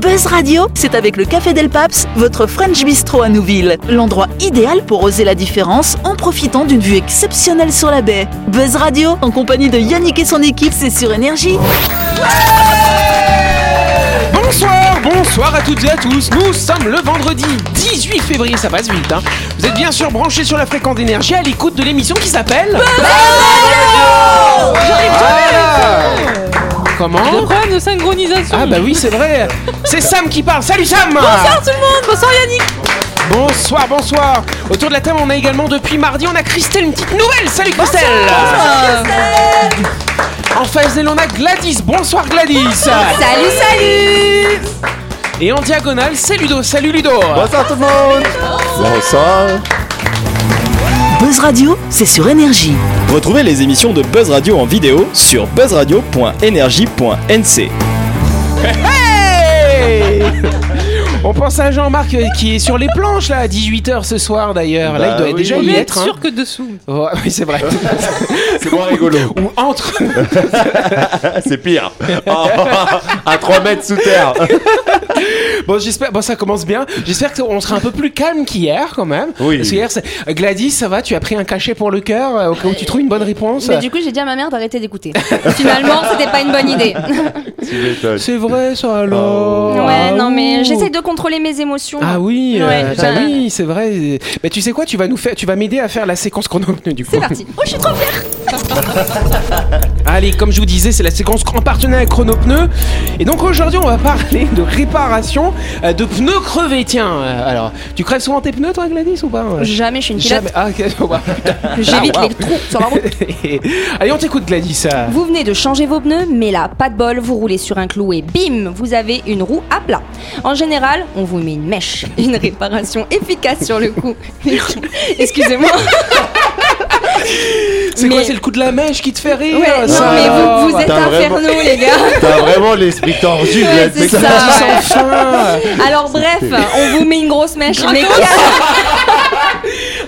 Buzz Radio, c'est avec le Café Del Paps, votre French Bistro à Nouville. L'endroit idéal pour oser la différence en profitant d'une vue exceptionnelle sur la baie. Buzz Radio, en compagnie de Yannick et son équipe, c'est sur Énergie. Bonsoir, bonsoir à toutes et à tous. Nous sommes le vendredi 18 février, ça passe vite. hein. Vous êtes bien sûr branchés sur la fréquence d'énergie à l'écoute de l'émission qui s'appelle. J'arrive jamais. Le Ah. Comment problème de synchronisation. Ah bah oui, c'est vrai. C'est Sam qui parle. Salut Sam. Bonsoir tout le monde, bonsoir Yannick. Bonsoir, bonsoir. Autour de la table, on a également depuis mardi, on a Christelle, une petite nouvelle. Salut Christelle. En face d'elle, on a Gladys. Bonsoir Gladys. Salut, salut. Et en diagonale, c'est Ludo. Salut Ludo. Bonsoir tout le monde Bonsoir Buzz Radio, c'est sur Énergie. Retrouvez les émissions de Buzz Radio en vidéo sur buzzradio.energie.nc Hey On pense à Jean-Marc euh, qui est sur les planches là à 18h ce soir d'ailleurs. là, Bah il doit oui. déjà On y est être. hein. sûr que dessous. Ouais, oui, c'est vrai. C'est moins rigolo. Ou entre. Ah, C'est pire. ah, à 3 mètres sous terre. Bon, j'espère. Bon, ça commence bien. J'espère qu'on sera un peu plus calme qu'hier quand même. Oui. Parce que hier, c'est- euh, Gladys, ça va Tu as pris un cachet pour le cœur euh, au cas où tu trouves une bonne réponse Mais du coup, j'ai dit à ma mère d'arrêter d'écouter. Finalement, c'était pas une bonne idée. C'est vrai ça alors. ouais, Ah, non, mais ouh. j'essaie de contrôler mes émotions. Ah oui, euh, Ouais, bah j'ai- oui, c'est vrai. Mais tu sais quoi, tu vas nous faire, tu vas m'aider à faire la séquence qu'on a obtenue du coup. C'est parti. Oh, je suis trop fière. Allez, comme je vous disais, c'est la séquence en partenariat avec Chronopneu. Et donc aujourd'hui, on va parler de réparation euh, de pneus crevés. Tiens, euh, alors, tu crèves souvent tes pneus, toi, Gladys, ou pas Jamais, je suis une pilote. Ah, ok, bah, putain. J'évite Ah, wow. les trous sur la route. Allez, on t'écoute, Gladys. euh. Vous venez de changer vos pneus, mais là, pas de bol, vous roulez sur un clou et bim, vous avez une roue à plat. En général, on vous met une mèche, une réparation efficace sur le coup. Excusez-moi. C'est quoi, mais- c'est le coup de la mèche qui te fait rire Ouais, non, ça mais vous, vous êtes T'as vraiment- infernaux, les gars. T'as vraiment l'esprit tordu, Ouais, Glenn. c'est C'est- ça. Gladys ouais. sans fin. Alors, bref, on vous met une grosse mèche, mais qui a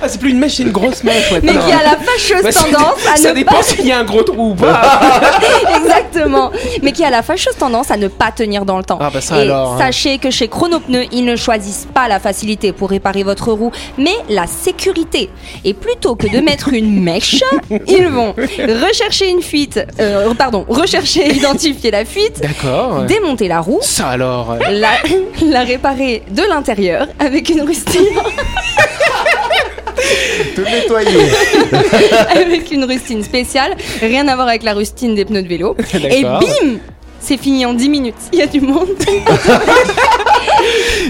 Ah, c'est plus une mèche, c'est une grosse mèche. ouais, mais putain. qui a la fâcheuse Bah, ça- tendance à ça ne dépend pas s'il y a un gros trou ou pas. exactement, mais qui a la fâcheuse tendance à ne pas tenir dans le temps. Ah, bah, ça Et alors, hein. sachez que chez Chronopneu, ils ne choisissent pas la facilité pour réparer votre roue, mais la sécurité. Et plutôt que de mettre une mèche, ils vont rechercher une fuite, euh, pardon, rechercher, et identifier la fuite, D'accord. ouais. démonter la roue. Ça alors. La, la réparer de l'intérieur avec une rustine, Tout nettoyé. avec une rustine spéciale, rien à voir avec la rustine des pneus de vélo. Et D'accord. bim C'est fini en 10 minutes. Il y a du monde.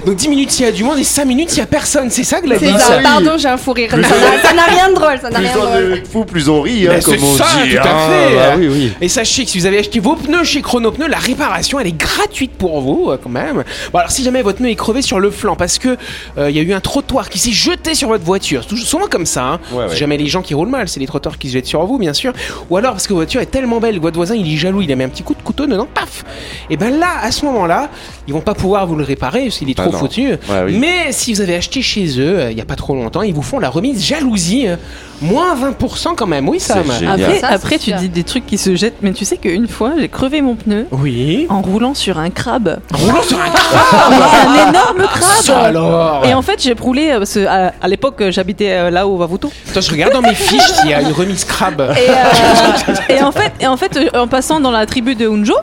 Donc 10 minutes s'il y a du monde et 5 minutes s'il y a personne, c'est ça Gladys C'est bah ça. oui. Pardon, j'ai un fou rire. Ça n'a- Ça n'a rien de drôle. Ça n'a Plus rien de on drôle. est fou, plus on rit, hein, Mais comme c'est on ça, dit. tout à hein. fait. Ah Bah oui, oui. Et sachez que si vous avez acheté vos pneus chez Chronopneus, la réparation elle est gratuite pour vous euh, quand même. Bon alors si jamais votre pneu est crevé sur le flanc parce que euh, il y a eu un trottoir qui s'est jeté sur votre voiture, c'est souvent comme ça. Hein. Ouais, ouais. C'est jamais les gens qui roulent mal, c'est les trottoirs qui se jettent sur vous bien sûr. Ou alors parce que votre voiture est tellement belle, votre voisin il est jaloux, il a mis un petit coup de couteau dedans, paf. Et ben là à ce moment-là, ils vont pas pouvoir vous le réparer s'il est Ah trop non. foutu. Ouais, oui. Mais si vous avez acheté chez eux euh, il y a pas trop longtemps, ils vous font la remise jalousie euh, moins 20% quand même. Oui Sam. C'est génial. Après, Ça, c'est après tu sûr. dis des trucs qui se jettent, mais tu sais qu'une fois j'ai crevé mon pneu Oui. en roulant sur un crabe. En roulant sur un un énorme Ça crabe. alors Ah Et en fait, j'ai roulé euh, parce que, à, à l'époque euh, j'habitais euh, là où Vavuto. Attends, je regarde dans mes fiches s'il y a une remise crabe. Et, euh, et en fait, et en fait, euh, en passant dans la tribu de Unjo, euh,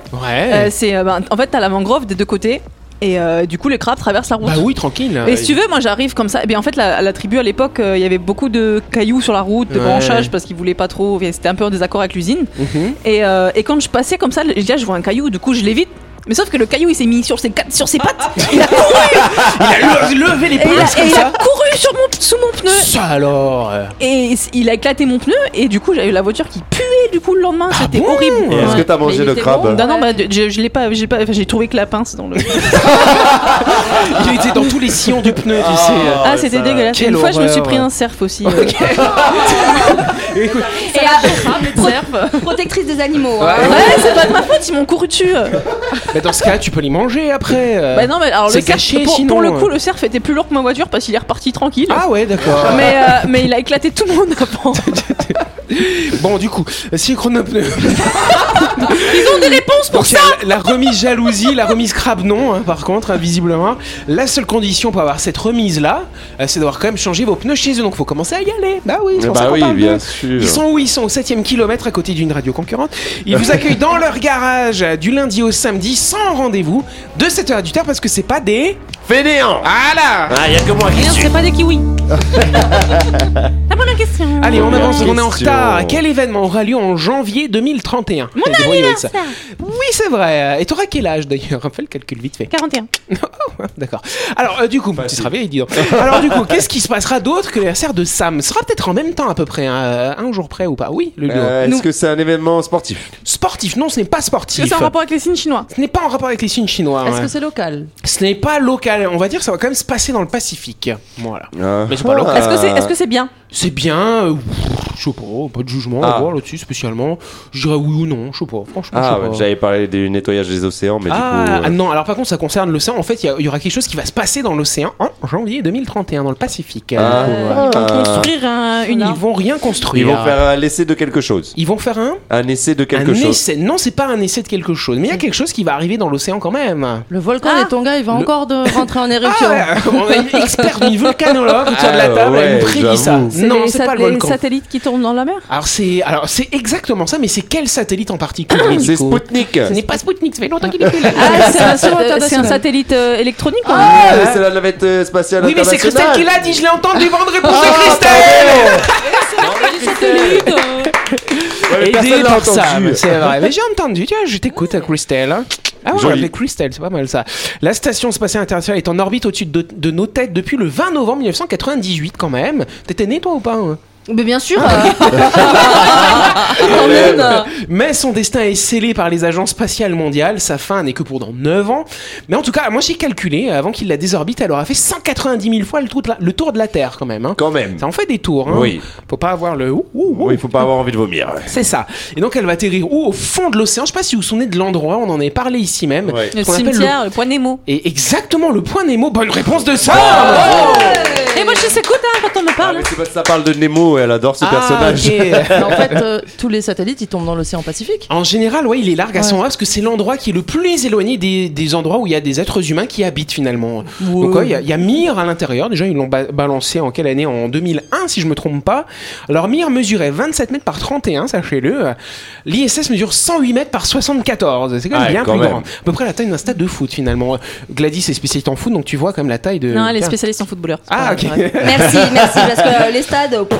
Ouais. c'est euh, ben, en fait t'as la mangrove des deux côtés et euh, du coup les crabes traversent la route. bah oui, tranquille. Et si tu veux, moi j'arrive comme ça. Et bien en fait, la, la tribu à l'époque, euh, il y avait beaucoup de cailloux sur la route, de Ouais. branchages parce qu'ils voulaient pas trop. enfin, C'était un peu en désaccord avec l'usine. Mhm. Et, euh, et quand je passais comme ça, je dis, ah, je vois un caillou, du coup je l'évite. Mais sauf que le caillou il s'est mis sur ses, quatre- sur ses Ah, pattes Il a le- levé les et il pinces a, et comme il a ça. couru sur mon, sous mon pneu Ça alors euh. et s- il a éclaté mon pneu et du coup j'avais la voiture qui puait du coup le lendemain Ah c'était bon horrible. Et est-ce que t'as mangé Mais il le était crabe bon. Non non bah, de- je, je l'ai pas j'ai pas enfin, j'ai trouvé que la pince dans le Il était dans tous les sillons du pneu, tu sais. ah c'était dégueulasse. Et Quelle Une fois je me suis horreur. pris un cerf aussi. euh, Et la Ah, protectrice des animaux. hein. Ouais c'est pas de ma faute ils m'ont couru dessus. Mais Bah, dans ce cas, tu peux les manger après. euh. Bah non, mais alors C'est le cerf, caché, pour, sinon, Ah, pour le hein. coup, le cerf était plus lourd que ma voiture parce qu'il est reparti tranquille. Ah ouais, d'accord. Mais, euh, mais il a éclaté tout le monde avant. Bon, du coup, si chronopneu. Ils ont des réponses pour Donc, il y a la, la remise jalousie, la remise crabe, non, hein, par contre, hein, visiblement. La seule condition pour avoir cette remise-là, euh, c'est d'avoir quand même changé vos pneus chez eux. Donc, faut commencer à y aller. Bah oui, c'est pour ça Bah qu'on oui, parle bien d'eux. sûr. Ils sont où Ils sont au 7 kilomètre à côté d'une radio concurrente. Ils vous accueillent dans leur garage euh, du lundi au samedi sans rendez-vous de 7h à 8h parce que c'est pas des. Fainéants Ah là Ah, y a que moi qui Merde, suis. c'est pas des kiwis. La bonne question. Allez, on Première avance, on est en question. retard. Quel événement aura lieu en janvier 2031 Mon anniversaire Oui, c'est vrai. Et t'auras quel âge d'ailleurs Fais le calcul vite fait. 41. Ouais, D'accord. Alors, euh, du coup, tu seras bien, il dit. donc. Alors, du coup, qu'est-ce qui se passera d'autre que l'anniversaire de Sam Ce sera peut-être en même temps, à peu près, hein, un jour près ou pas. Oui, le jour. Euh, Est-ce que c'est un événement sportif Sportif, non, ce n'est pas sportif. C'est en rapport avec les signes chinois. Ce n'est pas en rapport avec les signes chinois. Est-ce ouais. que c'est local Ce n'est pas local. On va dire que ça va quand même se passer dans le Pacifique. Voilà. Ah. Mais c'est pas local. Est-ce que c'est est-ce que c'est bien C'est bien. euh, je sais pas. Pas de jugement à Ah. avoir là-dessus spécialement. Je dirais oui ou non. Je sais pas. Franchement, je Ah, sais ouais, pas. j'avais parlé du nettoyage des océans, mais Ah, du coup. ah euh, non, alors par contre ça concerne l'océan. En fait, il y a- il y, aura quelque chose qui va se passer dans l'océan en janvier 2031 dans le Pacifique. Ah. Euh, Ils vont construire un- une Ils île. vont rien construire. Ils vont faire un essai de quelque chose. Ils vont faire un, Un essai de quelque un chose. essai. Non, c'est pas un essai de quelque chose, mais il y a quelque chose qui va arriver dans l'océan quand même. Le volcan Ah. des Tonga, il va Le- encore de rentrer en éruption. Ah, ouais, on a une experte, une volcanologue autour de la Ah, table, elle ouais, nous prédit ça. j'avoue. C'est Non, les c'est sat- pas le les volcan. satellites qui tournent dans la mer. Alors c'est, alors c'est exactement ça, mais c'est quel satellite en particulier C'est Nico Spoutnik. Ce n'est pas Spoutnik, ça fait longtemps qu'il est plus là. Ah, c'est un, c'est sat- un c'est un international. satellite euh, électronique quoi. Ah, mais c'est la navette euh, spatiale Oui, mais c'est Christelle internationale. qui l'a dit, je l'ai entendu vendre réponse de Ah, Christelle euh, Ouais, mais Aidé personne l'a par ça, entendu. c'est vrai. Mais j'ai entendu, tiens, je t'écoute, Christelle. hein. Ah ouais, on Joli. l'appelait Christelle, c'est pas mal ça. La station spatiale internationale est en orbite au-dessus de, de nos têtes depuis le 20 novembre 1998 quand même. T'étais né toi ou pas hein Mais bien sûr. euh, quand même. euh, Mais son destin est scellé par les agences spatiales mondiales, sa fin n'est que pour dans 9 ans. Mais en tout cas, moi j'ai calculé, euh, avant qu'il la désorbite, elle aura fait 190 000 fois le tour de la, le tour de la Terre quand même. hein. Quand même. Ça en fait des tours. Hein. Oui. Faut pas avoir le... ouh, ouh, ouh. Oui, faut pas avoir envie de vomir. C'est ça. Et donc elle va atterrir où Au fond de l'océan. Je sais pas si vous vous souvenez de l'endroit, on en avait parlé ici même. Ouais. Le qu'on appelle cimetière, le point Nemo. Et exactement le point Nemo. Bonne réponse de ça Oh, Et moi je s'écoute hein, quand on me Ah, parle. mais c'est parce que ça parle de Nemo, elle adore ce Ah, personnage. ok. mais en fait, euh, tous les satellites, ils tombent dans l'océan Pacifique. En général, ouais, il est large à Ouais. son parce que c'est l'endroit qui est le plus éloigné des, des endroits où il y a des êtres humains qui habitent finalement. Donc ouais, il y a- il y, a Mir à l'intérieur. Déjà, ils l'ont ba- balancé en quelle année En 2001, si je me trompe pas. Alors Mir mesurait 27 mètres par 31, sachez-le. L'ISS mesure 108 mètres par 74. C'est quand même Ouais, bien quand plus même. grand. À peu près la taille d'un stade de foot finalement. Gladys est spécialiste en foot, donc tu vois quand même la taille de. Non, elle est spécialiste en footballeur. Ah ok. Ouais, ouais. Merci, merci, parce que euh, les stades. euh, pff,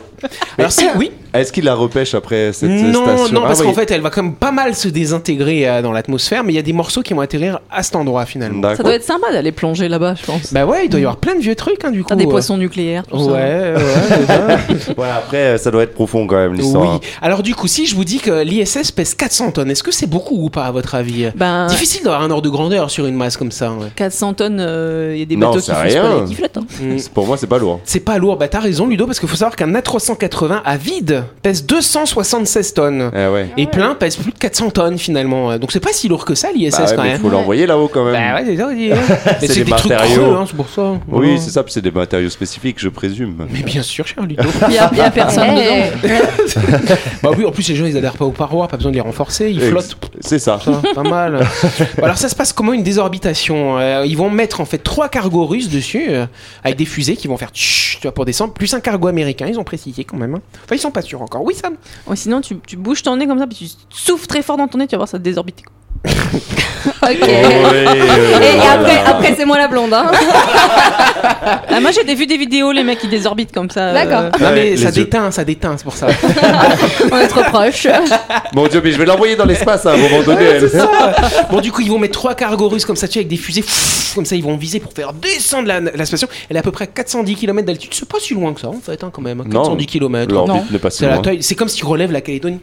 Alors si oui. Est-ce qu'il la repêche après cette euh, Non, station non, Ah parce oui. qu'en fait, elle va quand même pas mal se désintégrer euh, dans l'atmosphère, mais il y a des morceaux qui vont atterrir à cet endroit finalement. D'accord. Ça doit être sympa d'aller plonger là-bas, je pense. Bah ouais, il doit y avoir plein de vieux trucs, hein, du coup. T'as Ah, des poissons nucléaires. tout Ouais, ça. ouais, ouais, ouais. Ouais, après, euh, ça doit être profond quand même l'histoire. oui. Alors du coup, si je vous dis que l'ISS pèse 400 tonnes, est-ce que c'est beaucoup ou pas à votre avis Ben, Difficile d'avoir un ordre de grandeur sur une masse comme ça. ouais. 400 tonnes, euh, il y a des Non, bateaux qui, c'est font rien. spoiler, qui flottent. hein. Mm. hein. C'est- Pour moi, c'est pas lourd. C'est pas lourd, bah t'as raison Ludo, parce qu'il faut savoir qu'un A380 à vide pèse 276 tonnes. Eh ouais. Et plein pèse plus de 400 tonnes finalement. Donc c'est pas si lourd que ça l'ISS Bah ouais, quand mais même. faut l'envoyer là-haut quand même. Bah ouais, c'est ça, on dit, hein. Mais C'est c'est des des trucs matériaux. creux, hein, c'est pour ça. Oui, Voilà. c'est ça, puis c'est des matériaux spécifiques, je présume. Mais bien sûr, cher Ludo. Il y a, il y a Eh. personne eh, dedans. bah oui, en plus les gens ils adhèrent pas aux parois, pas besoin de les renforcer, ils Ex- flottent. C'est ça. Oh, Ça, pas mal. Bon, alors ça se passe comment une désorbitation Euh, Ils vont mettre en fait trois cargos russes dessus euh, avec des fusées qui vont faire tch, tu vois pour descendre plus un cargo américain. Ils ont précisé quand même. hein. Enfin ils sont pas sûrs encore. Oui Sam. Ouais, Oh, sinon, tu, tu bouges ton nez comme ça, puis tu souffles très fort dans ton nez, tu vas voir ça te désorbite. Ok. Oui, euh, Et voilà. après, après c'est moi la blonde. Hein. Ah, moi, j'ai des- vu des vidéos, les mecs qui désorbitent comme ça. euh, D'accord. Non Ouais, mais les ça yeux. déteint, ça déteint, c'est pour ça. On est trop proche. Mon dieu, mais je vais l'envoyer dans l'espace hein, à un moment donné. elle. bon du coup ils vont mettre trois cargos russes comme ça tu sais, avec des fusées pff, comme ça ils vont viser pour faire descendre la, la station. Elle est à peu près à 410 km d'altitude. C'est pas si loin que ça en fait hein, quand même. hein, Non. 410 km. L'orbite n'est pas si C'est la loin. taille. C'est comme si tu relèves la Calédonie.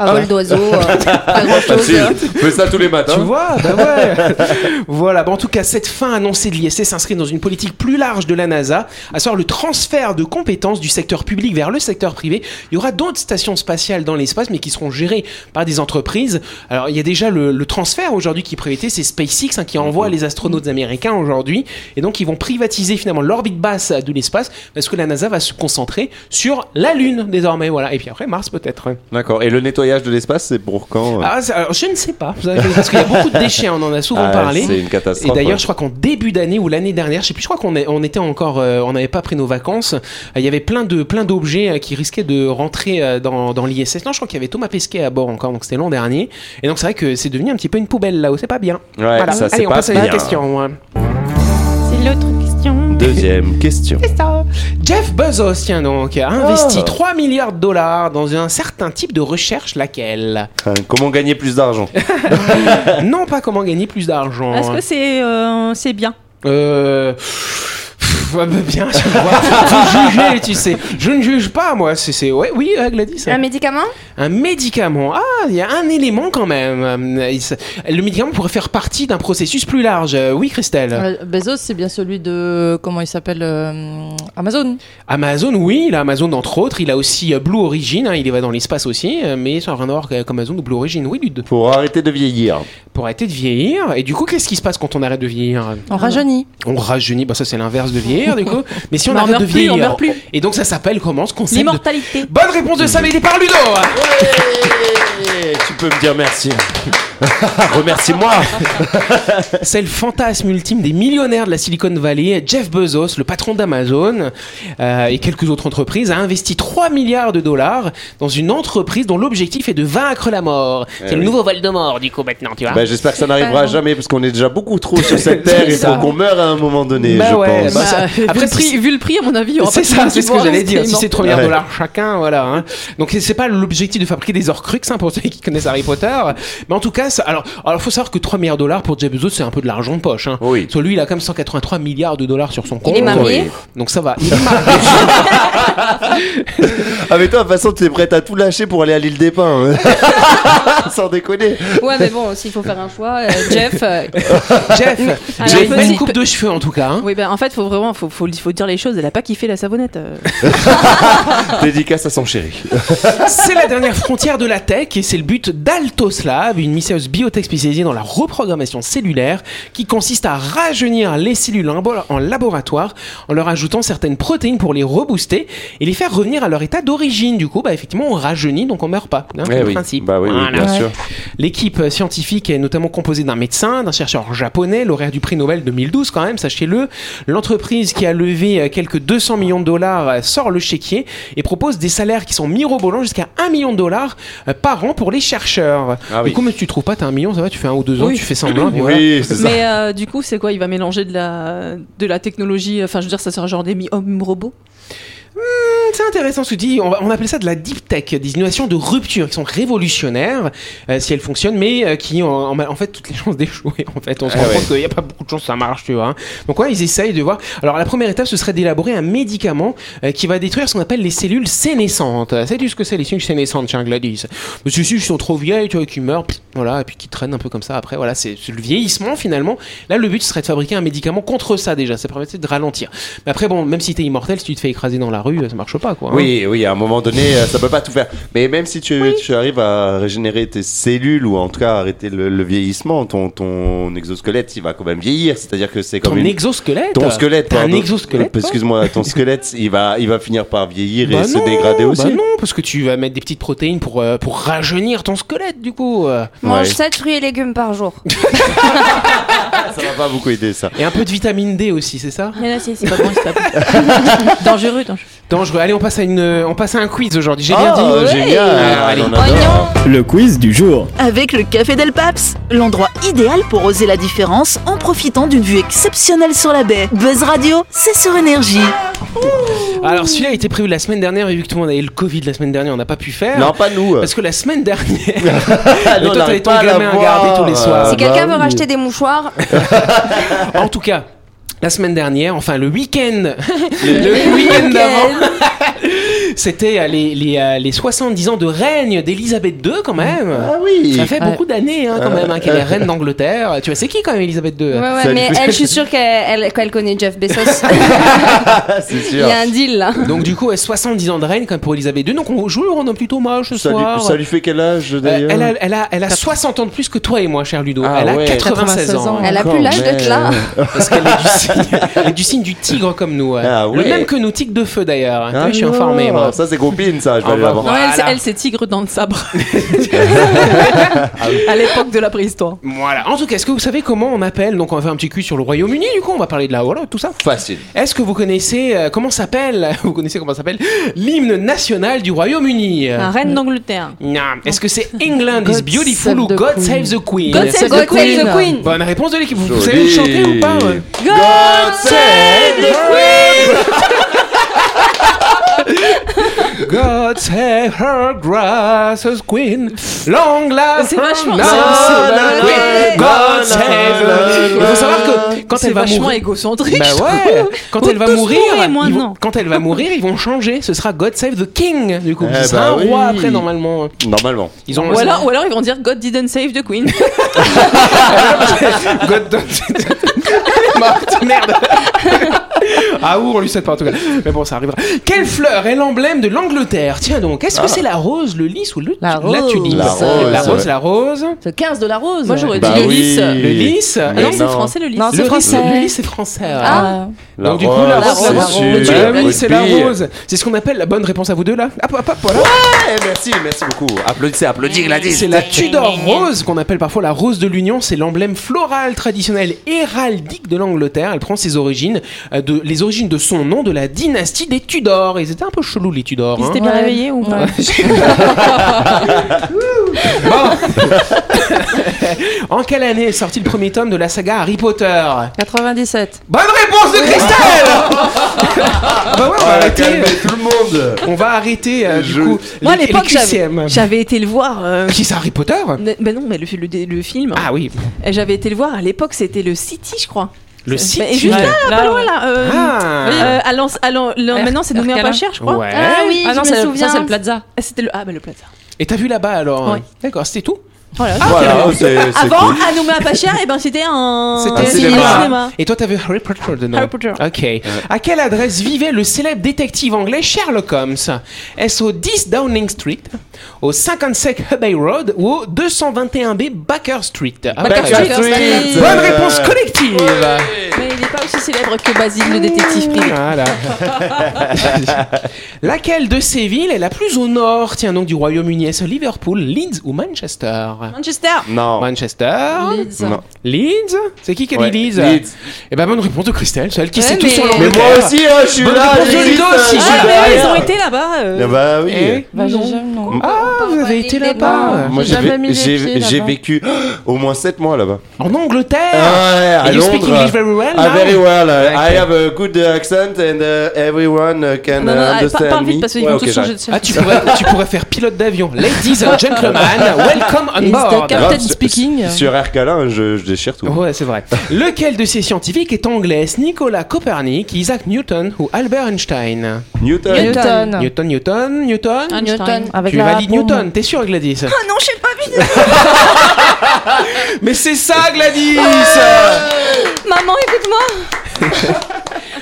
Un vol d'oiseau, euh, pas hein. grand chose. Facile. Bah, Fais ça tous les matins. Tu vois, bah ouais. voilà. Bon, en tout cas, cette fin annoncée de l'ISS s'inscrit dans une politique plus large de la NASA, à savoir le transfert de compétences du secteur public vers le secteur privé. Il y aura d'autres stations spatiales dans l'espace, mais qui seront gérées par des entreprises. Alors, il y a déjà le, le transfert aujourd'hui qui est privatisé, c'est SpaceX hein, qui envoie les astronautes américains aujourd'hui, et donc ils vont privatiser finalement l'orbite basse de l'espace, parce que la NASA va se concentrer sur la Lune désormais, voilà. Et puis après Mars peut-être. D'accord. Et le nettoyage de l'espace, c'est pour quand euh Ah, c'est- alors, je ne sais pas, parce qu'il y a beaucoup de déchets, on en a souvent Ah, parlé. C'est une Et catastrophe. d'ailleurs, ouais. je crois qu'en début d'année ou l'année dernière, je sais plus, je crois qu'on est- on était encore, euh, on n'avait pas pris nos vacances. Euh, Il y avait plein de plein d'objets euh, qui risquaient de rentrer euh, dans, dans l'ISS. Non, je crois qu'il y avait Thomas Pesquet à bord encore, donc c'était l'an dernier. Et donc c'est vrai que c'est devenu un petit peu une poubelle là-haut, c'est pas bien. Ouais, voilà. ça, c'est Allez, on pas passe à la bien. question. hein. C'est l'autre question. Deuxième question. Jeff Bezos, tiens donc, a Oh. investi 3 milliards de dollars dans un certain type de recherche, laquelle Euh, Comment gagner plus d'argent Non, pas comment gagner plus d'argent. Est-ce que c'est euh, c'est bien Euh. pff, ouais, bah, Bien, tu vois, faut juger, tu sais. Je ne juge pas, moi. C'est, c'est... Ouais, oui, euh, Gladys. Un médicament Un médicament. Ah, il y a un élément quand même. Euh, il s- Le médicament pourrait faire partie d'un processus plus large. Euh, Oui, Christelle. Euh, Bezos, c'est bien celui de. Comment il s'appelle euh, Amazon. Amazon, oui, il a Amazon entre autres. Il a aussi euh, Blue Origin. hein, il va dans l'espace aussi. euh, Mais ça n'a rien à voir avec Amazon ou Blue Origin. Oui, Lude. Pour arrêter de vieillir. Pour arrêter de vieillir. Et du coup, qu'est-ce qui se passe quand on arrête de vieillir On rajeunit. On rajeunit. Bah, ça, c'est l'inverse de vieillir, du coup. Mais si on Mais on arrête meurt de plus, vieillir. on meurt plus. Et donc, ça s'appelle comment ce concept de L'immortalité. Bonne réponse de Sam aidé par Ludo hein. tu peux me dire merci. Remercie-moi. C'est le fantasme ultime des millionnaires de la Silicon Valley. Jeff Bezos, le patron d'Amazon euh, et quelques autres entreprises, a investi 3 milliards de dollars dans une entreprise dont l'objectif est de vaincre la mort. C'est le Eh oui. nouveau Voldemort du coup maintenant, tu vois. Bah, J'espère que ça n'arrivera jamais parce qu'on est déjà beaucoup trop sur cette terre. Il ça. faut qu'on meure à un moment donné, Bah je ouais, pense. bah, ça- Bah, après, vu, le prix, vu le prix, à mon avis, il y aura C'est pas de ça, monde c'est qui ce que voit, j'allais dire. Si forcément. c'est 3 milliards de Ouais. dollars chacun, voilà. hein. Donc c'est- c'est pas l'objectif de fabriquer des orcrux hein, pour ceux qui connaissent Harry Potter. Mais en tout cas, ça- alors alors faut savoir que 3 milliards de dollars pour Jeff Bezos, c'est un peu de l'argent de poche. Hein. Oui. Soit lui, il a quand même 183 milliards de dollars sur son compte. est marié. Oui. Donc ça va. Il est marié. Ah, mais toi, de toute façon, tu es prête à tout lâcher pour aller à l'île des Pins. hein. Sans déconner. Ouais, mais bon, s'il faut faire un choix, euh, Jeff, euh, Jeff, Alors, j'ai une petit- belle coupe de cheveux en tout cas. hein. Oui, ben en fait, faut vraiment, faut, faut, faut dire les choses. Elle a pas kiffé la savonnette. euh. Dédicace à son chéri. C'est la dernière frontière de la tech et c'est le but d'Altoslab, une mystérieuse biotech spécialisée dans la reprogrammation cellulaire qui consiste à rajeunir les cellules en bol- en laboratoire en leur ajoutant certaines protéines pour les rebooster et les faire revenir à leur état d'origine. Du coup, bah effectivement, on rajeunit donc on meurt pas. hein, c'est Eh le oui. principe. Bah oui, oui, Voilà. bien sûr. L'équipe scientifique est notamment composée d'un médecin, d'un chercheur japonais, lauréat du prix Nobel 2012 quand même, sachez-le. L'entreprise qui a levé euh, quelques 200 millions de dollars euh, sort le chéquier et propose des salaires qui sont mirobolants jusqu'à 1 million de dollars euh, par an pour les chercheurs. Ah Du oui. coup, mais tu trouves pas, t'as un million, ça va, tu fais un ou deux ans, Oui. tu fais semblant. et puis voilà. Oui, c'est ça. Mais euh, du coup, c'est quoi Il va mélanger de la, de la technologie. euh, Enfin, je veux dire, ça sera genre des mi-hommes robots. C'est intéressant ce que tu dis. On, va- on appelle ça de la deep tech, des innovations de rupture qui sont révolutionnaires euh, si elles fonctionnent, mais euh, qui ont en, en fait toutes les chances d'échouer. En fait, on se Ah rend ouais. compte qu'il n'y a pas beaucoup de chances que ça marche, tu vois. hein. Donc ouais, ils essayent de voir. Alors la première étape, ce serait d'élaborer un médicament euh, qui va détruire ce qu'on appelle les cellules sénescentes. Euh, Sais-tu ce que c'est les cellules sénescentes, tiens Gladys Parce que qui sont trop vieilles, tu vois, qui meurent, pff, voilà, et puis qui traînent un peu comme ça. Après, voilà, c'est c'est le vieillissement finalement. Là, le but ce serait de fabriquer un médicament contre ça déjà. Ça permettrait de ralentir. Mais après, bon, même si t'es immortel, si tu te fais écraser dans la rue, euh, ça marche pas, quoi. hein. Oui, oui, à un moment donné, euh, ça peut pas tout faire. Mais même si tu, tu arrives à régénérer tes cellules ou en tout cas arrêter le, le vieillissement, ton, ton exosquelette, il va quand même vieillir. C'est-à-dire que c'est Ton comme une... exosquelette Ton squelette, T'as un pardon. exosquelette, toi Excuse-moi, ton squelette, il va, il va finir par vieillir Bah et non, se dégrader aussi. Bah non, parce que tu vas mettre des petites protéines pour, euh, pour rajeunir ton squelette, du coup. euh. mange Ouais. 7 fruits et légumes par jour. Ah, Ça va pas beaucoup aider ça. Et un peu de vitamine D aussi, c'est ça Mais là, Ah, c'est c'est pas bon, c'est pas bon. dangereux, dangereux. Dangereux. Allez, on passe à, une, on passe à un quiz aujourd'hui. J'ai bien Ah, dit. génial. Ah, allez. on adore. Le quiz du jour. Avec le Café Del Paps, l'endroit idéal pour oser la différence en profitant d'une vue exceptionnelle sur la baie. Buzz Radio, c'est sur énergie. Alors, celui-là était prévu la semaine dernière, mais vu que tout le monde avait le Covid la semaine dernière, on n'a pas pu faire. Non, pas nous. Parce que la semaine dernière, toi, Ah, on t'avais n'arrive ton pas à la gamin à voir. garder tous les soirs. Si Ah, quelqu'un bah veut oui. racheter des mouchoirs, en tout cas. La semaine dernière, enfin le week-end, le week-end d'avant, C'était euh, les, les, euh, les 70 ans de règne d'Elisabeth II, quand même. Ah oui. Ça fait Ouais. beaucoup d'années, hein, quand Ah. même, hein, qu'elle est reine d'Angleterre. Tu vois, c'est qui, quand même, Elisabeth II Ouais, ouais, Ça lui mais fait- elle, je suis sûre qu'elle elle- qu'elle connaît Jeff Bezos. c'est Il y sûr. a un deal là. Donc, du coup, euh, 70 ans de règne, quand même, pour Elisabeth II. Donc, on joue le random plutôt hommage ce Ça soir. lui, ça lui fait quel âge Euh, d'ailleurs elle, a, elle, a, elle a 60 ans de plus que toi et moi, cher Ludo. Ah elle a ouais. 96 ans. ans. Elle a Encore, plus l'âge mais- d'être là. Parce qu'elle est, du signe- elle est du signe du tigre comme nous. ouais. Ah Le ouais. même que nous, tigre de feu d'ailleurs. T'as vu, je suis Ah informé. non, Moi. Ah, Ça, c'est copine, ça. Je vais Au aller la revoir. voir. Ouais, elle, Voilà. c'est- elle, c'est tigre dans le sabre. à l'époque de la préhistoire. Voilà. En tout cas, est-ce que vous savez comment on appelle Donc, on va faire un petit cul sur le Royaume-Uni. Du coup, on va parler de la voilà, tout ça. Facile. Est-ce que vous connaissez euh, comment s'appelle Vous connaissez comment s'appelle l'hymne national du Royaume-Uni La reine d'Angleterre. Non. Est-ce que c'est England is Ah. God beautiful save ou the God Queen. save the Queen God save God save the Queen. Bonne réponse de l'équipe. Vous, vous savez le Joli. chanter ou pas hein ouais God save the Queen. God save her gracious queen. Long life C'est her vachement- noble c'est- c'est- queen. ouais. God save her- Il faut savoir que quand C'est elle va vachement mourir. égocentrique. Bah je ouais. trouve. Quand Faut elle va tous mourir, mourir, moi, ils vont- non. quand elle va mourir, ils vont changer. Ce sera God save the king. Du coup, Eh ce sera bah un roi oui. après normalement. Normalement. Ils ont Ou alors, ou alors ils vont dire God didn't save the Queen. God don't- Marthe, merde. Ah ouh, on lui souhaite pas en tout cas. Mais bon, ça arrivera. Quelle fleur est l'emblème de l'Angleterre Tiens donc, est-ce que c'est la rose, le lys ou le La rose. tulipe Ah. La rose, la rose, ouais. la rose. C'est 15 de la rose. Moi j'aurais Bah dit le oui. lys. Oh, Le Ah lys. Mais Non, c'est non. français le lys. Non, Le c'est lys, français. Le lys, c'est français. ouais. Ah, La donc du coup, la rose, rose, la c'est rose. sûr. Bah oui, Votre c'est la pire. rose. C'est ce qu'on appelle la bonne réponse à vous deux là. Hop, hop, hop, voilà. Eh, merci, merci beaucoup. Applaudissez, applaudissez Gladys. C'est la Tudor rose qu'on appelle parfois la rose de l'Union. C'est l'emblème floral traditionnel héraldique de l'Angleterre. Elle prend ses origines, euh, de, les origines de son nom de la dynastie des Tudors. Ils étaient un peu chelous les Tudors. Ils hein. étaient bien Ouais. réveillés ou pas En quelle année est sorti le premier tome de la saga Harry Potter 97. Bonne réponse de Christelle Bah ouais, on va Ah, arrêter. calmez tout le monde. On va arrêter euh, du Je- coup Moi à les, les l'époque j'avais QCM. j'avais été le voir. euh, Qui c'est Harry Potter ne- Ben non, mais le, le- le film. Ah oui, Et J'avais été le voir à l'époque, c'était le City, je crois. le site. Et juste là, pas loin, là. euh, Ah. euh, à Lens- à Lens- Lens- R- maintenant, c'est nommé à Ercalin. pas cher, je crois. Ouais. Hein Ah oui, ah non, je me c'est le- souviens. ça, c'est le Plaza. Ah, c'était le ah bah le plaza. Et t'as vu là-bas alors Ouais. D'accord, c'était tout Voilà. Ah, Voilà, c'est c'est Avant, cool. à Nouméa pas cher, et ben c'était un C'était Un cinéma. Et toi, t'as vu Harry Potter dedans Harry Potter. Ok. À quelle adresse vivait le célèbre détective anglais Sherlock Holmes Est-ce au 10 Downing Street, au 57 Abbey Road ou au 221B Baker Street Ah, Baker ouais. Street. Bonne euh, réponse collective Mais il n'est pas aussi célèbre que Basile Ah. le détective privé. Voilà. Laquelle de ces villes est la plus au nord Tiens donc du Royaume-Uni, est-ce Liverpool, Leeds ou Manchester Manchester. Non. Manchester, Non. Leeds, c'est qui qui a Ouais, dit Leeds Leeds. Eh ben bonne réponse de Christelle, celle qui Ouais, sait tout mais- sur Mais l'Angleterre. moi aussi, hein, je suis Bonne là. réponse de j'hésite, Ludo hein, aussi, je suis Ah, mais derrière. ils ont été là-bas. euh. Ah Bah oui. Eh Bah, j'ai Non. jamais- non. Ah, vous avez été là-bas Moi, j'ai Jamais mis vé- j'ai les pieds j'ai là-bas. vécu au moins 7 mois là-bas. En Angleterre Ah ouais, à And you speak English Londres. very well Ah, now very well. uh, I Okay. have a good uh, accent and uh, everyone uh, can Non, non, uh, ah, par- understand parle me. vite parce qu'ils Ouais, vont ok, tous changer j'arrête. de Ah, chaîne. tu pourrais, tu pourrais faire pilote d'avion. Ladies and gentlemen, welcome on Is the board. captain Ah, sur- speaking Sur Air Calin, je, je déchire tout. Ouais, c'est vrai. Lequel de ces scientifiques est anglais Est-ce Nicolas Copernic, Isaac Newton ou Albert Einstein Newton. Ah, Newton. Newton, Newton, Newton Newton. Ah, Avec tu la valides bombe. Newton, t'es sûr Gladys Ah non, je sais pas, mais- Mais c'est ça Gladys Ah. Maman, écoute-moi.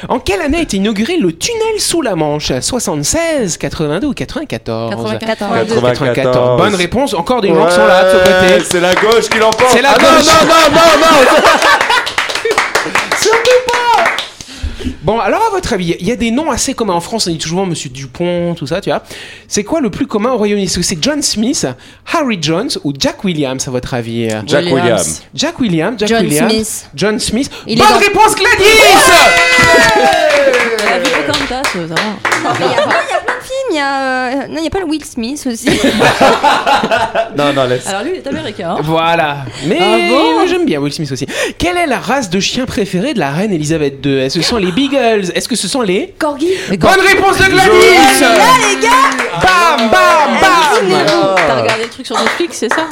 En quelle année a été inauguré le tunnel sous la Manche 76, 82 ou 94 94. 94. Bonne réponse, encore des gens qui sont là de ce Ouais, côté. C'est la gauche qui l'emporte. C'est la Ah, non, gauche. Non, non, non, non, Bon, alors à votre avis, il y a des noms assez communs en France, on dit toujours Monsieur Dupont, tout ça, tu vois. C'est quoi le plus commun au Royaume-Uni Est-ce que c'est John Smith, Harry Jones ou Jack Williams à votre avis Jack Williams. Jack Williams, Jack John Williams, Smith. John Smith. Il est Bonne dans- réponse Gladys Elle a vu Pocahontas, euh, ça va. Non, mais il y a plein il y a plein de films. Il y a, euh, non, il n'y a pas le Will Smith aussi. Non, non, Ah, laisse. Alors lui, il est américain. hein. Voilà. Mais Ah bon mais j'aime bien Will Smith aussi. Quelle est la race de chien préférée de la reine Elisabeth II Est-ce que ce sont les Beagles Est-ce que ce sont les Corgi. Bonne réponse de Gladys Bam, Ah, bam, bam Ah, T'as regardé le truc sur Netflix, c'est ça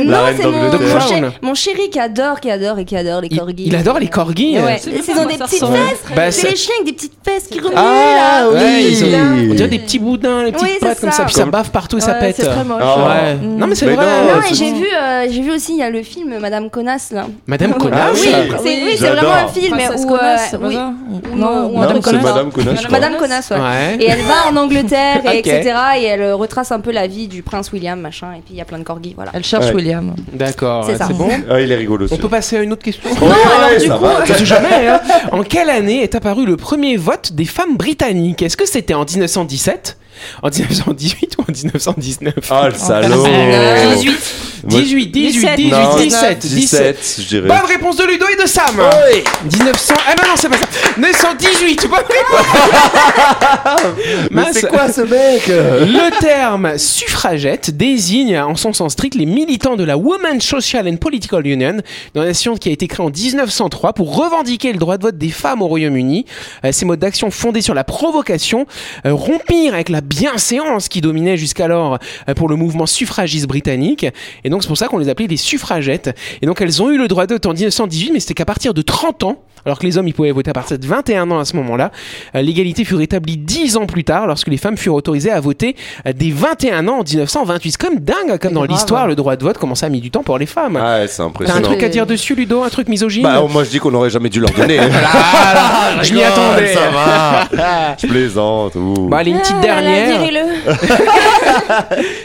Non, reine c'est d'Angleterre. mon, The mon, Crown. chéri- mon chéri qui adore, qui adore et qui adore les Il, corgis. il adore les corgis. Ouais, C'est ils pas ont moi, des ça petites ressemble. fesses. Bah, c'est c'est- les chiens avec des petites fesses qui remuent Ah là. oui. Ouais, ils ont- on dirait des des petits boudins, les petites Oui, c'est pattes comme ça. ça, puis ça Comme- bave partout, ça Ouais, pète. c'est très moche. Ah Ouais. Mm. Non mais c'est Mais vrai. non, Non, c'est- et j'ai vu, euh, j'ai vu aussi, il y a le film Madame Connasse là. Madame Ah Ah Connasse. oui, c'est oui, c'est vraiment un J'adore. film Princesse où, connasse, euh, c'est pas oui, ça où- Non, où- Madame Non, c'est Connasse. Madame Connasse. Madame Madame Connasse, ouais. Ouais. Et elle va en Angleterre, et Ok. etc. Et elle euh, retrace un peu la vie du prince William, machin. Et puis il y a plein de corgis, voilà. Elle cherche Ouais. William. D'accord. C'est ça. C'est bon. Ah, il est rigolo. On celui-là. peut passer à une autre question. Ouais, ouais, ça va. On sait jamais, hein. En quelle année est apparu le premier vote des femmes britanniques Est-ce que c'était en 1917, en 1918 ou en 1919 Ah, le salaud. Ah, Euh, 18. 18, 18, 18, Non, 17, 17. 17, je dirais. Bonne réponse de Ludo et de Sam. 1900. Ah bah non, c'est pas ça. 918. Bonne réponse. Mais c'est quoi ce mec Le terme suffragette désigne en son sens strict les militants de la Women's Social and Political Union, une nation qui a été créée en 1903 pour revendiquer le droit de vote des femmes au Royaume-Uni. Euh, ces modes d'action fondés sur la provocation, euh, rompirent avec la bienséance qui dominait jusqu'alors euh, pour le mouvement suffragiste britannique. Et donc c'est pour ça qu'on les appelait les suffragettes. Et donc elles ont eu le droit de vote en 1918, mais c'était qu'à partir de 30 ans, alors que les hommes ils pouvaient voter à partir de 21 ans à ce moment-là. Euh, L'égalité fut rétablie 10 ans plus tard lorsque les femmes furent autorisées à voter euh, dès 21 ans en 1928. C'est comme dingue, hein, comme dans grave. l'histoire, le droit de vote commençait à mis du temps pour les femmes. Ah, ouais, c'est T'as un impressionnant. truc à dire dessus, Ludo Un truc misogyne Bah, moi je dis qu'on aurait jamais dû leur donner. Ah, Je m'y rigole, attendais. Ça va. Je plaisante. ouh. Bon, allez, une Ah, petite dernière. le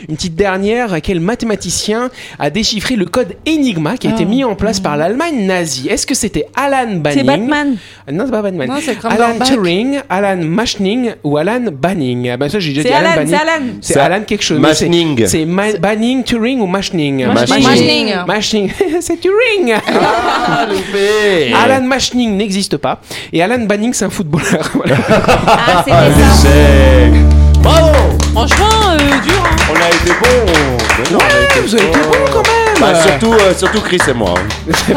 Une petite dernière, quel mathématicien a déchiffré le code Enigma qui a été mis en place par l'Allemagne nazie Est-ce que c'était Alan Banning Ah. Mm. C'est Batman. Non, c'est pas Batman. Non, c'est Alan Cumberbatch. Turing, Alan Mashning ou Alan Banning Ah ben ça j'ai déjà C'est dit Alan, Alan, Banning. c'est Alan. C'est C'est Alan quelque chose. mais c'est- Mashning. C'est Ma- Banning, Turing ou Mashning Mashning. Mashning. Mashning. c'est Turing. Ah, loupé. Alan Mashning n'existe pas. Et Alan Banning, c'est un footballeur. Voilà. Ah, c'était ça. Échec. Bravo. Franchement, euh, dur. hein. On a été bon. Mais non, on a été Vous avez été bons quand même. Bah, surtout, euh, surtout Chris et moi. hein.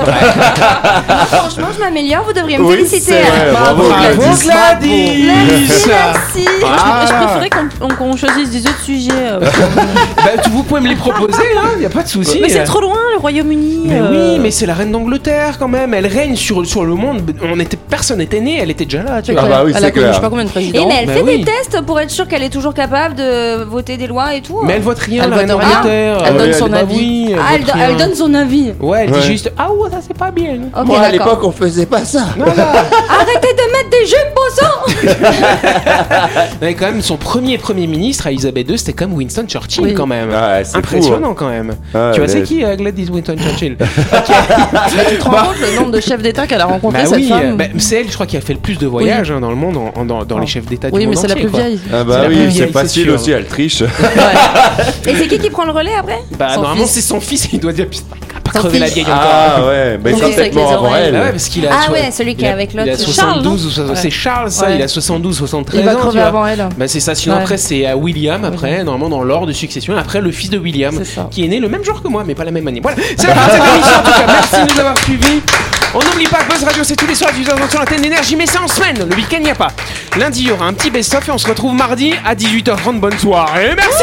Franchement, je m'améliore, vous devriez me c'est féliciter. vrai. Bravo, Bravo, Gladys. Gladys. Ah, Merci, merci. Je préférais qu'on qu'on choisisse des autres sujets. euh, Bah, tu- vous pouvez me les proposer, hein. il n'y a pas de souci. hein. Mais c'est trop loin, le Royaume-Uni. Mais euh. oui, mais c'est la reine d'Angleterre quand même. Elle règne sur, sur le monde. On était, personne n'était né, elle était déjà là. Tu Ah C'est vois. bah oui, Elle c'est a connu clair. je sais pas combien de Et présidents. mais elle bah fait oui. des tests pour être sûre qu'elle est toujours capable de voter des lois et tout. hein. Mais elle vote rien, Elle la reine vote rien. d'Angleterre. Elle donne est son pas- avis. oui, elle Ah, elle, vote do- rien. elle donne son avis. Ouais, elle Ouais. dit juste Ah ouais, ça c'est pas bien. Ok, Moi, à d'accord. l'époque, on faisait pas ça. Arrêtez de mettre des jupes au sang Mais quand même, son premier premier ministre à Elisabeth II, c'était comme Winston Churchill Oui. quand même. Ouais, Ah, c'est fou, Impressionnant quand même. Ah, tu vois, mais- c'est qui euh, Gladys Winston Churchill Tu te rends compte le nombre de chefs d'État qu'elle a rencontré Bah cette oui, euh, femme Ah. bah, c'est elle, je crois, qui a fait le plus de voyages hein, dans le monde, en- en- dans, dans les chefs d'État du Oui, monde mais c'est la entier, plus quoi. vieille. Ah C'est bah la oui, première, c'est c'est facile sûr. aussi, elle triche. Et c'est qui qui prend le relais après Bah, Son normalement, fils. c'est son fils, il doit dire Putain, pas crever la fils. vieille encore. Ah ouais, mais Oui, ça c'est avec les certainement avant oreilles. elle. Ah ouais, parce qu'il a. Ah tu vois, ouais, celui qui il a- est avec Il a l'autre. 72 ou so- Ouais. c'est Charles, ça, Ouais. il a 72, 73 Il va ans. Ah, tu crever vois. avant elle. Bah c'est ça, sinon Ouais. après c'est à William, après normalement dans l'ordre de succession, après le fils de William, C'est ça. qui est né le même jour que moi, mais pas la même année. Voilà, c'est la fin de cette émission en tout cas, merci de nous avoir suivis. On n'oublie pas que Buzz Radio c'est tous les soirs à 18h sur la tête d'énergie, mais c'est en semaine, le week-end il n'y a pas. Lundi il y aura un petit best-of et on se retrouve mardi à 18h30, bonne soirée, merci